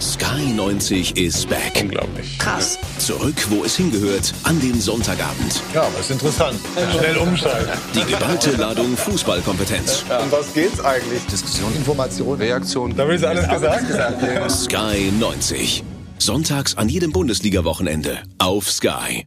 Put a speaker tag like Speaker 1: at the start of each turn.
Speaker 1: Sky 90 ist back.
Speaker 2: Unglaublich.
Speaker 3: Krass.
Speaker 1: Zurück, wo es hingehört, an den Sonntagabend.
Speaker 4: Ja, aber ist interessant.
Speaker 2: Schnell umschalten.
Speaker 1: Die geballte Ladung Fußballkompetenz.
Speaker 4: Um was geht's eigentlich?
Speaker 5: Diskussion, Information, Reaktion.
Speaker 2: Da ist alles gesagt.
Speaker 1: Sky 90. Sonntags an jedem Bundesliga-Wochenende auf Sky.